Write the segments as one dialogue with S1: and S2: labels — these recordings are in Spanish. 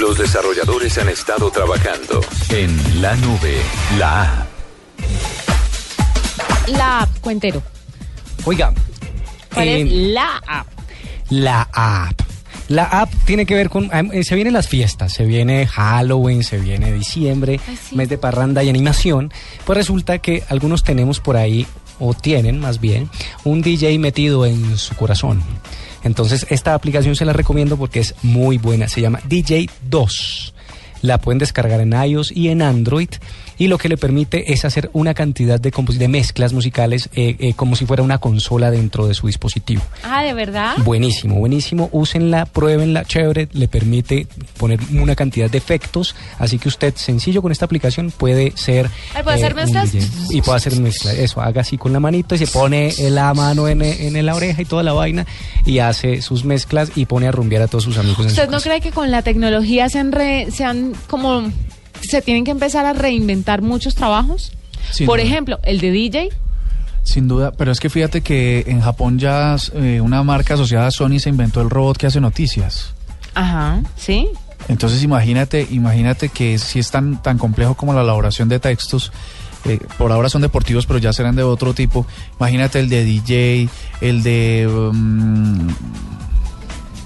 S1: Los desarrolladores han estado trabajando en la nube, la app.
S2: La app, cuentero.
S3: Oiga,
S2: ¿Cuál
S3: eh,
S2: es la app?
S3: la app. La app tiene que ver con... eh, Se vienen las fiestas, se viene Halloween, se viene diciembre,
S2: Ay, sí.
S3: mes de parranda y animación. Pues resulta que algunos tenemos por ahí, o tienen más bien, un DJ metido en su corazón. Entonces esta aplicación se la recomiendo porque es muy buena. Se llama DJ 2. La pueden descargar en iOS y en Android y lo que le permite es hacer una cantidad de, compos- de mezclas musicales eh, eh, como si fuera una consola dentro de su dispositivo.
S2: Ah, ¿de verdad?
S3: Buenísimo, buenísimo. Úsenla, pruébenla, chévere. Le permite poner una cantidad de efectos. Así que usted, sencillo con esta aplicación, puede ser. eh,
S2: Ay, ¿puedo hacer
S3: un
S2: mezclas?
S3: DJ. Y puede hacer mezclas. Eso, haga así con la manito y se pone eh, la mano en, en la oreja y toda la vaina. Y hace sus mezclas y pone a rumbear a todos sus amigos. en
S2: ¿Usted
S3: su
S2: no
S3: casa.
S2: cree que con la tecnología se han, re- se han como se tienen que empezar a reinventar muchos trabajos?
S4: Sin
S2: Por
S4: duda.
S2: ejemplo, el de DJ.
S4: Sin duda, pero es que fíjate que en Japón ya eh, una marca asociada a Sony se inventó el robot que hace noticias.
S2: Ajá, sí.
S4: Entonces imagínate, imagínate que si es tan, tan complejo como la elaboración de textos, eh, por ahora son deportivos, pero ya serán de otro tipo. Imagínate el de DJ, el de... mm,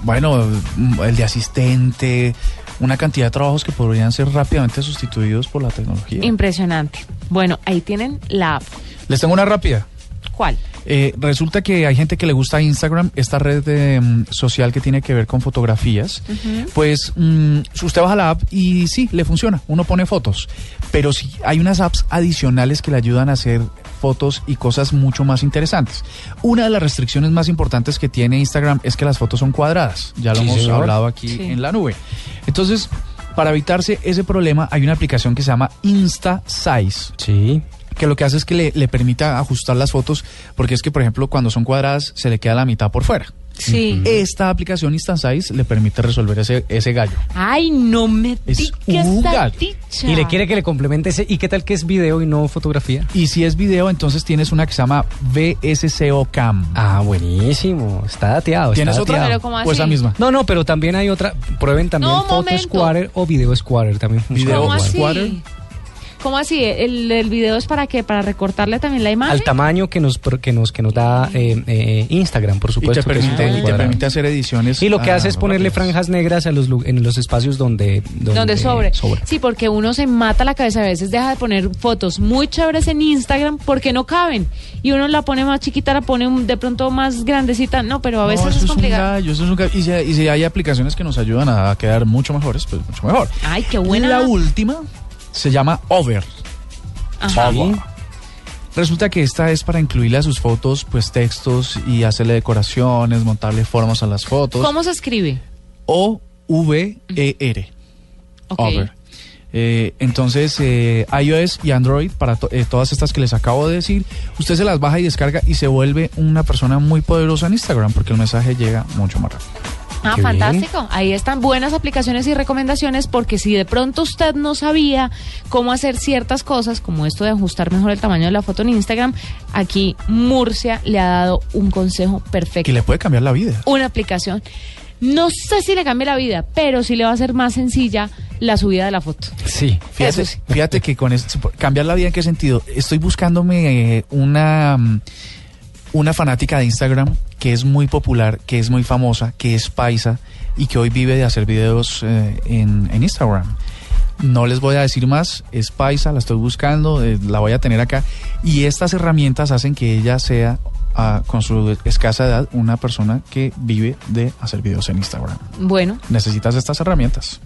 S4: bueno, mm, el de asistente, una cantidad de trabajos que podrían ser rápidamente sustituidos por la tecnología.
S2: Impresionante. Bueno, ahí tienen la app.
S4: Les tengo una rápida.
S2: ¿Cuál?
S4: Eh, resulta que hay gente que le gusta Instagram, esta red eh, mm, social que tiene que ver con fotografías. Pues mm, usted baja la app y sí, le funciona. Uno pone fotos. Pero sí, hay unas apps adicionales que le ayudan a hacer fotos y cosas mucho más interesantes. Una de las restricciones más importantes que tiene Instagram es que las fotos son cuadradas. Ya lo
S3: Sí,
S4: hemos
S3: señor.
S4: hablado aquí
S2: Sí.
S4: en la nube. Entonces, para evitarse ese problema, hay una aplicación que se llama Insta Size
S3: Sí.
S4: que lo que hace es que le, le permita ajustar las fotos, porque es que, por ejemplo, cuando son cuadradas, se le queda la mitad por fuera.
S2: Sí. Eh,
S4: Esta aplicación Instant Size le permite resolver ese, ese gallo.
S2: Ay, no me
S4: Es
S2: digas
S4: un
S2: esa
S4: gallo.
S2: dicha.
S3: Y le quiere que le complemente ese. ¿Y qué tal que es video y no fotografía?
S4: Y si es video, entonces tienes una que se llama VSCO Cam.
S3: Ah, buenísimo. Está dateado.
S4: ¿Tienes
S3: está
S4: otra?
S2: Pero
S3: dateado.
S2: ¿cómo
S4: Pues
S2: así?
S4: la misma.
S3: No, no, pero también hay otra. Prueben también
S2: No,
S3: Photo
S2: momento.
S3: Squatter o Video Squatter también. funciona
S4: Video
S2: ¿Cómo
S3: igual.
S2: así?
S4: Squatter.
S2: ¿Cómo así? ¿El, el video es para qué? ¿Para recortarle también la imagen?
S3: Al tamaño que nos, pro- que nos, que nos da eh, eh, Instagram, por
S4: Y
S3: supuesto.
S4: te,
S3: que es un
S4: permite,
S3: buen
S4: y te
S3: cuadrado.
S4: permite hacer ediciones.
S3: Y lo que
S4: ah,
S3: hace es ponerle
S4: rápidas.
S3: franjas negras a los, lu- en los espacios donde, donde,
S2: donde sobre. Sí, porque uno se mata la cabeza. A veces deja de poner fotos muy chéveres en Instagram porque no caben. Y uno la pone más chiquita, la pone un- de pronto más grandecita. No, pero a
S4: No,
S2: veces
S4: eso
S2: es
S4: un
S2: complicado.
S4: gallo, eso es un gallo. Y si, y si hay aplicaciones que nos ayudan a quedar mucho mejores, pues mucho mejor.
S2: Ay, qué buena.
S4: La última se llama Over.
S2: Ajá.
S3: Sí.
S4: Resulta que esta es para incluirle a sus fotos, pues textos y hacerle decoraciones, montarle formas a las fotos.
S2: ¿Cómo se escribe?
S4: O V E R.
S2: Ok.
S4: Over. Eh, entonces, eh, iOS y Android, para to- eh, todas estas que les acabo de decir, usted se las baja y descarga y se vuelve una persona muy poderosa en Instagram porque el mensaje llega mucho más rápido.
S2: Ah,
S3: Qué bien.
S2: fantástico. Ahí están buenas aplicaciones y recomendaciones porque si de pronto usted no sabía cómo hacer ciertas cosas, como esto de ajustar mejor el tamaño de la foto en Instagram, aquí Murcia le ha dado un consejo perfecto.
S4: Que le puede cambiar la vida.
S2: una aplicación. No sé si le cambia la vida, pero sí le va a hacer más sencilla la subida de la foto.
S3: Sí.
S4: Fíjate,
S2: Eso sí.
S4: fíjate que con esto, cambiar la vida en qué sentido. Estoy buscándome eh, una, mm, una fanática de Instagram que es muy popular, que es muy famosa, que es paisa y que hoy vive de hacer videos eh, en, en Instagram. No les voy a decir más, es paisa, la estoy buscando, eh, la voy a tener acá. Y estas herramientas hacen que ella sea, ah, con su escasa edad, una persona que vive de hacer videos en Instagram.
S2: Bueno,
S4: Necesitas estas herramientas.